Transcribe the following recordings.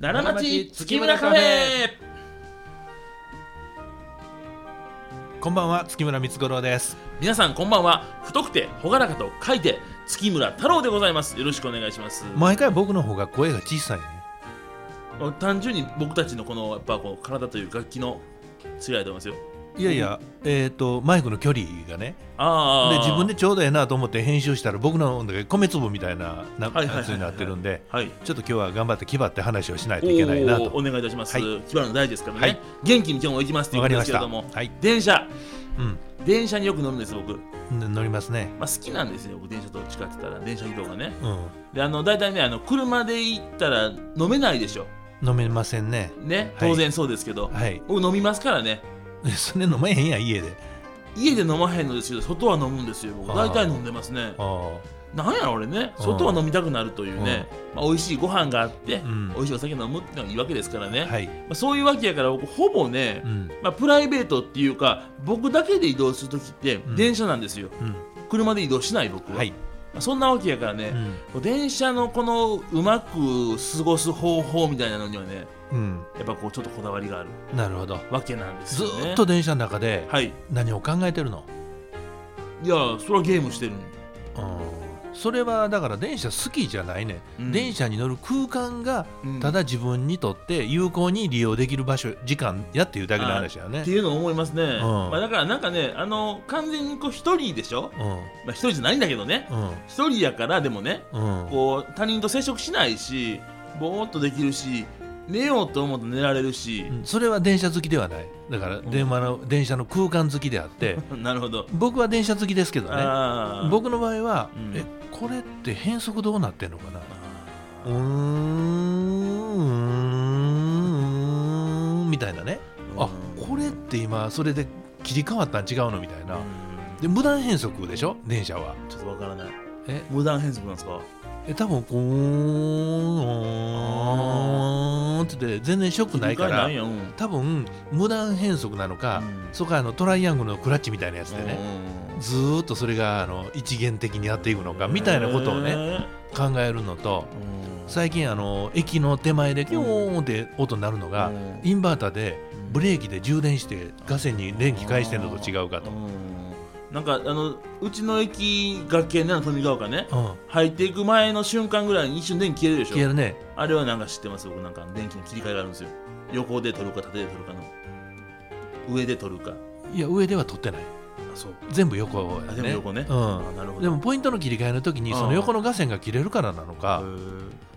奈良町月村カフェこんばんは月村光五郎です皆さんこんばんは太くて朗らかと書いて月村太郎でございますよろしくお願いします、毎回僕の方が声が小さいね単純に僕たちのこのやっぱこの体という楽器の違いだと思いますよいやいや、えっ、とマイクの距離がねでああ自分でちょうどええなと思って編集したら僕のだけ米粒みたいななはいはいはいやつになってるんではいちょっと今日は頑張って気張って話をしないといけないなとおーお願いいたします、はい基盤の大事ですからね、はい元気に今日も行きますというわことでかりますしけれたどもはい、電車うん、電車によく乗るんです僕、まうん乗りますねあ、好きなんですよ僕電車どっちかって言ったら電車移動がねうんであの大体ねあの車で行ったら飲めないでしょ飲めませんねねはい当然そうですけど、はい 僕飲みますからねそれ飲めへんやん家で家で飲まへんのですけど外は飲むんですよ僕あ大ー体飲んでますねあなんやろ俺ねうん外は飲みたくなるというね、まあ、美味しいご飯があって、ん美味しいお酒飲むってのがいいわけですからね、あはい、まあ、そういうわけやから僕ほぼね、うんまあ、プライベートっていうか僕だけで移動する時ってん電車なんですよ、う車で移動しない僕ん、は、はい、まあそんなわけやからうね、ん電車のこのうまく過ごす方法みたいなのにはねうん、やっぱこうちょっとこだわりがあるなるほどわけなんですずよねーっと電車の中ではい何を考えてるの、いやそれはゲームしてるんうん、それはだから電車好きじゃないね、うん電車に乗る空間がうんただ自分にとって有効に利用できる場所時間やっていうだけの話だよねっていうのを思いますね、まあ、だからなんかねあの完全にこう一人でしょ、うまあ、一人じゃないんだけどねんうん一人やからでもねうんこう他人と接触しないしぼーっとできるし寝ようと思うと寝られるしう、んそれは電車好きではないだからん電話の電車の空間好きであってなるほど、僕は電車好きですけどねあー僕の場合は、うんえこれって変則どうなってんのかなあうーんうーんうーんみたいなねーあこれって今それで切り替わったん違うのみたいなうんで無断変則でしょ電車はちょっとわからないえ無断変則なんですかえ多分こうーんって言って全然ショックないか切り替えらないやんうん多分無断変則なのか、うんそこはあのトライアングルのクラッチみたいなやつでね、ずーっとそれがあの一元的にやっていくのかみたいなことをへねー考えるのとうん最近あの駅の手前でキューンって音になるのが、うんインバーターでブレーキで充電してガセに電気返してるのと違うかとう。んなんかあのうちの駅崖なの富ヶ丘ねうん入っていく前の瞬間ぐらいに一瞬電気消えるでしょ消えるねあれはなんか知ってます僕なんか電気の切り替えがあるんですよ横で取るか縦で取るかの上で取るかいや上では取ってないあそう全部横やねあ全部横ねあうなるほん、どでもポイントの切り替えの時にうんその横の画線が切れるからなのか、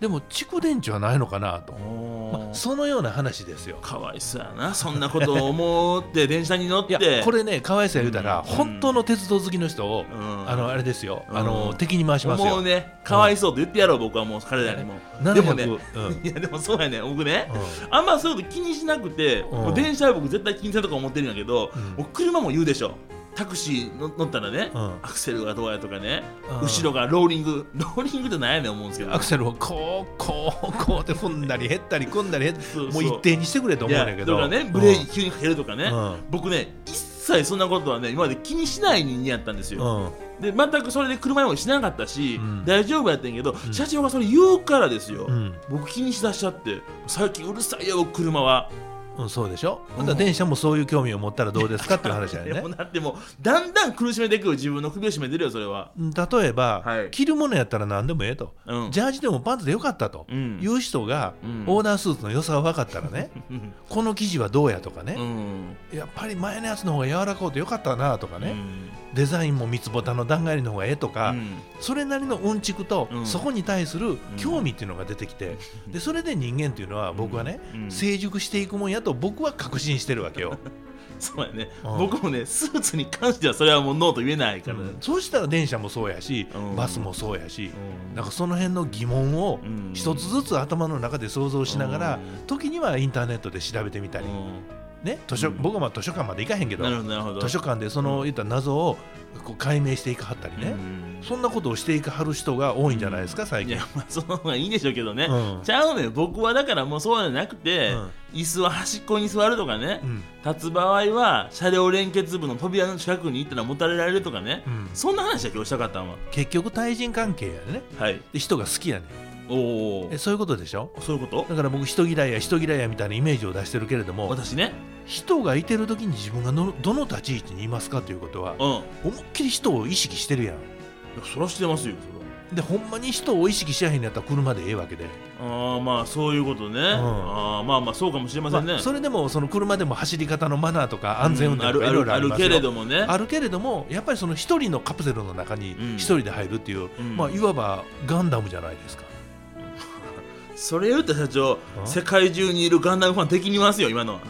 でも蓄電池はないのかなと、まあ、そのような話ですよかわいそうやなそんなことを思 って電車に乗っいてやこれねかわいそうや言うたら、うん本当の鉄道好きの人うを、んあのあれですよ、あうのん敵に回します思よ、うねかわいそうと言ってやろう僕はもう彼らにも700でもねうんうん いやでもそうやね僕ねあんまそういうこと気にしなくて、もう電車は僕絶対気にせんとか思ってるんやけど、うんもう車も言うでしょタクシーの乗ったらね、うんアクセルがどうやとかね、うん後ろがローリング ローリングってなんやねん思うんですけどアクセルをこうこうこうって踏んだり減ったり組んだり減ったりそうもうそう一定にしてくれと思うんだけどいやだからねブレーキ急にかけるとかね、うん僕ね一切そんなことはね今まで気にしない人間やったんですうよ、ん、うんで全くそれで車用意しなかったし、うん大丈夫やってんけど、うん社長がそれ言うからですよ、うん僕気にしだしちゃって最近うるさいよ車はうん、そうでしょ、ほんだら電車もそういう興味を持ったらどうですかっていう話だ でよもねなってもうだんだん苦しめてくる自分の首を絞めてるよそれはうん例えば、はい着るものやったら何でもええと、うんジャージでもパンツでよかったとうんいう人が、うんオーダースーツの良さが分かったらね、うん この生地はどうやとかうね、んやっぱり前のやつの方が柔らかうてよかったなとかうね、んデザインも三つボタンの段階の方がええとか、うんそれなりのうんちくと、うんそこに対する興味っていうのが出てきて、でそれで人間っていうのは僕はね、うん成熟していくもんやと僕は確信してるわけよ、そうやね、うん僕もねスーツに関してはそれはもうノーと言えないから、うんそうしたら電車もそうやし、うんバスもそうやし、なんかその辺の疑問をうん一つずつ頭の中で想像しながら、うん時にはインターネットで調べてみたり、うね図書うん僕はまあ図書館まで行かへんけんどなるほどなるほど図書館でその言った謎をこう解明していかはったりね、うんそんなことをしていかはる人が多いんじゃないですか最い近や。まあその方がいいんでしょうけどね、うんちゃうのよ僕はだからもうそうじゃなくて、うん椅子は端っこに座るとかね、うん立つ場合は車両連結部の扉の近くに行ったらもたれられるとかね、うんそんな話は今日したかったんは結局対人関係やねはいで人が好きやねおおえそういうことでしょそういうことだから僕人嫌いや人嫌いやみたいなイメージを出してるけれども私ね人がいてる時に自分がのどの立ち位置にいますかということはうんいや思いっきり人を意識してるやんそらしてますよでほんまに人を意識しやへんのやったら車でええわけで、そらああまあそういうことね、ああまあまあそうかもしれませんね、まあそれでもその車でも走り方のマナーとか安全運うんあ転とるかいあろるいろあるありますよけれどもねあるけれどもやっぱりその一人のカプセルの中にうん一人で入るっていう、うんまあ、いわばガンダムじゃないですかそれ言ったら社長うん世界中にいるガンダムファン敵にいますよ今のは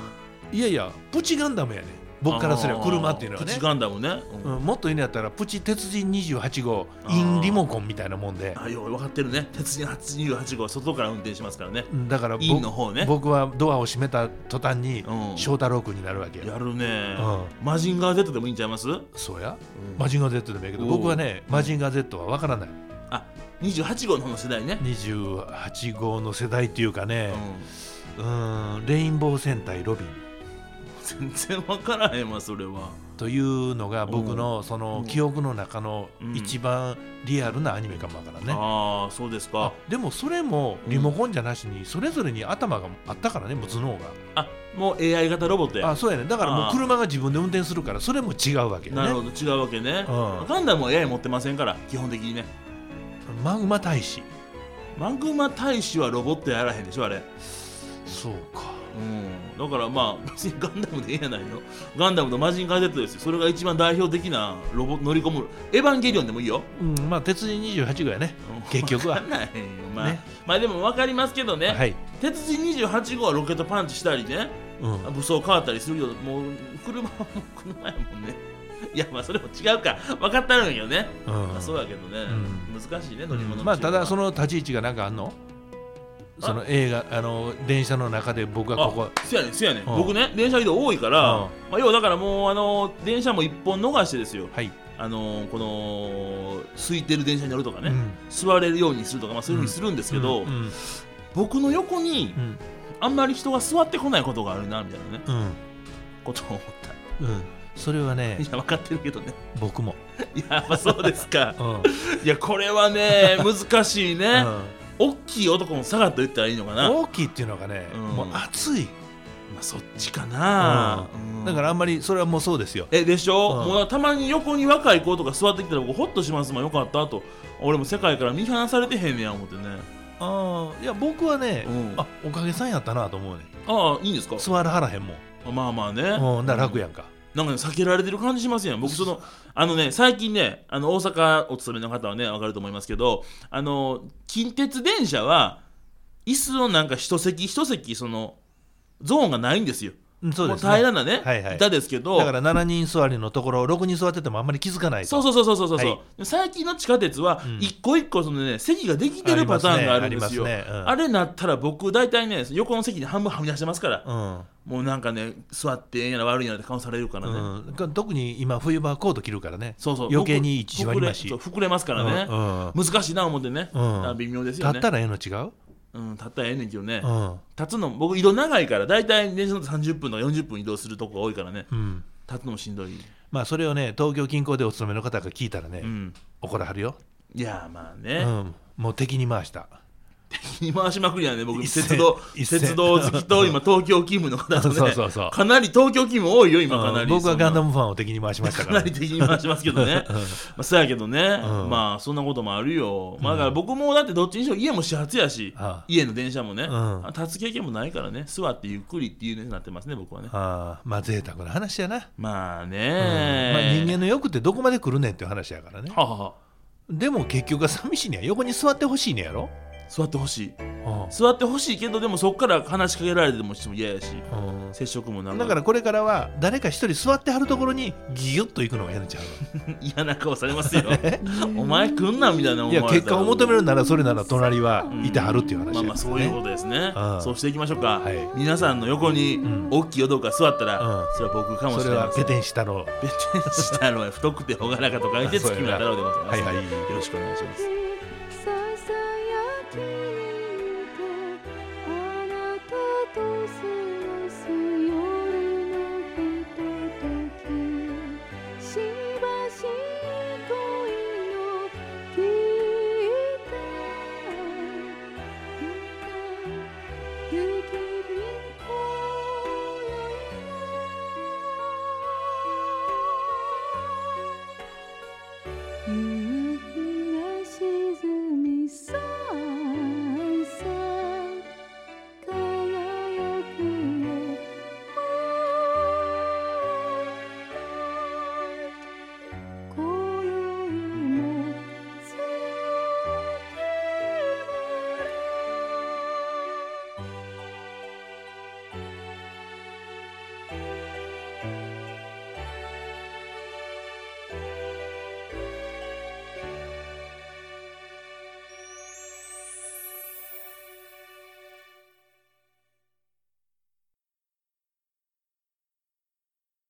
いやいやプチガンダムやね僕からすればあー車っていうのはプねチ、ガンダムね、ううんん、もっと言うんやったらプチ鉄人28号あーインリモコンみたいなもんであよう分かってるね鉄人828号外から運転しますからねうんだからイン僕の方ね 僕はドアを閉めた途端にうん翔太郎君になるわけよやるね、うマジンガー Z でもいいんちゃいます、そうやマジンガー Z でもいいけど僕はねマジンガー Z は分からないあ28号の方の世代ね、 28号の世代っていうかうねん、うーんレインボー戦隊ロビン全然分からへんわそれはというのが僕のそうのん記憶の中のうん一番リアルなアニメかもわからんね。ああそうですあかでもそれもリモコンじゃなしにそれぞれに頭があったからねもう頭脳あもう AI 型ロボットやがあそうやねだからもあうー車が自分で運転するからそれも違うわけよなるほねど違うわけね、うんガンダムは AI 持ってませんから基本的にねマグマ大使マグマ大使はロボットやらへんでしょあれそうかうんだからまあ別にガンダムでええやないのガンダムとマジンガー Z ですよそれが一番代表的なロボ乗り込むエヴァンゲリオンでもいいようんまあ鉄人28号やねうん結局 はわかんないよまあ、ねまあでも分かりますけどね、はい鉄人28号はロケットパンチしたりねうん武装変わったりするけどもう車はもう車やもんねいやまあそれも違うか分かったんやけどね、うんまあ、そうやけどね、う難しいね乗り物のうんまあただそのの立ち位置がなんかあんのあその映画あの電車の中で僕がここせやねんせやねんうん僕ね電車移動多いから、うんまあ、要はだからもうあの電車も一本逃してですよはいあのこの空いてる電車に乗るとかね、うん座れるようにするとか、まあ、そういうふうにするんですけど、うんうん僕の横にうんあんまり人が座ってこないことがあるなみたいなねうんことを思ったうんそれはねいや分かってるけどね僕も、いやまあそうです かうんうんいやこれはね難しいね、大きい男も下がっと言ったらいいのかな、ま大きいっていうのがね、うんもう熱いあ、そっちかな、うんだからあんまりそれはもうそうですよ、えでしょ、うんもうたまに横に若い子とか座ってきたら僕ホッとしますもんよかったと俺も世界から見放されてへんねや思ってねああいや僕はね、うんあおかげさんやったなと思うねああいいんですか座らはらへんもん、まあまあね、うん、だから楽やんか、なんかね避けられてる感じしますやん僕そのあのね最近ねあの大阪お勤めの方はねわかると思いますけどあの近鉄電車は椅子をなんか一席一席そのゾーンがないんですようん、そうです、もうね、平らなだね、はいはい板ですけどから7人座りのところ6人座っててもあんまり気づかないとそうそうそうそうそうそう、は最近の地下鉄はうん一個一個そのね席ができてるパターンがあるんですよあありますねありますねうんれなったら僕大体ね横の席に半分はみ出してますから、うんもうなんかね座ってええんやら悪いんやらって顔されるからね、うん、か特に今冬場はコート着るからねそうそう余計に一割増し膨れそう膨れますからね、うんうん難しいな思ってね、うんあ微妙です立よっねたらええの違う、うん、立ったらええねんけどね、うん立つの僕移動長いから大体電車の30分とか40分移動するとこが多いからねうん、立つのもしんどい、まあそれをね東京近郊でお勤めの方が聞いたらね、うん、怒らはるよ、いやーまあうね、ん、もう敵に回した見回しまくりやね僕一斉鉄道一斉鉄道好きと今東京勤務の方とねそうそうそうかなり東京勤務多いよ今かなうりん僕はガンダムムファンを敵に回しましたかからなり敵に回しますけど ねまあそうやけどね、んまあそんなこともあるよ、まあ、だから僕もだってどっちにしろ家も始発やし、ああ家の電車もね、んあ立つ経験もないからね座ってゆっくりっていうのになってますね僕はねああまあ贅沢な話やな、まあうんまあ、ね、人間の欲ってどこまで来るねんっていう話やからねはあはでも結局は寂しいねや横に座ってほしいねやろ、あ座ってほしいうん座ってほしいけどでもそっから話しかけられてもしても嫌やし接触もなだからこれからは誰か一人座ってはるところにギュッと行くのが嫌なんちゃう嫌な顔され ますよお前来んなみたいな思わいれやたら結果を求めるならそれなら隣はいてはるっていう話まあやまあそういうことですねうんそうしていきましょうか、はい皆さんの横にん大きい男が座ったら、うんそれは僕かもそしれれまはせんペ テンしたのペテンしたのは太くて朗らかと書いてあそう月や村太郎でございます、はいはいよろしくお願いしますささやきとあなたと過ごす夜のひとときしばし恋のギター雪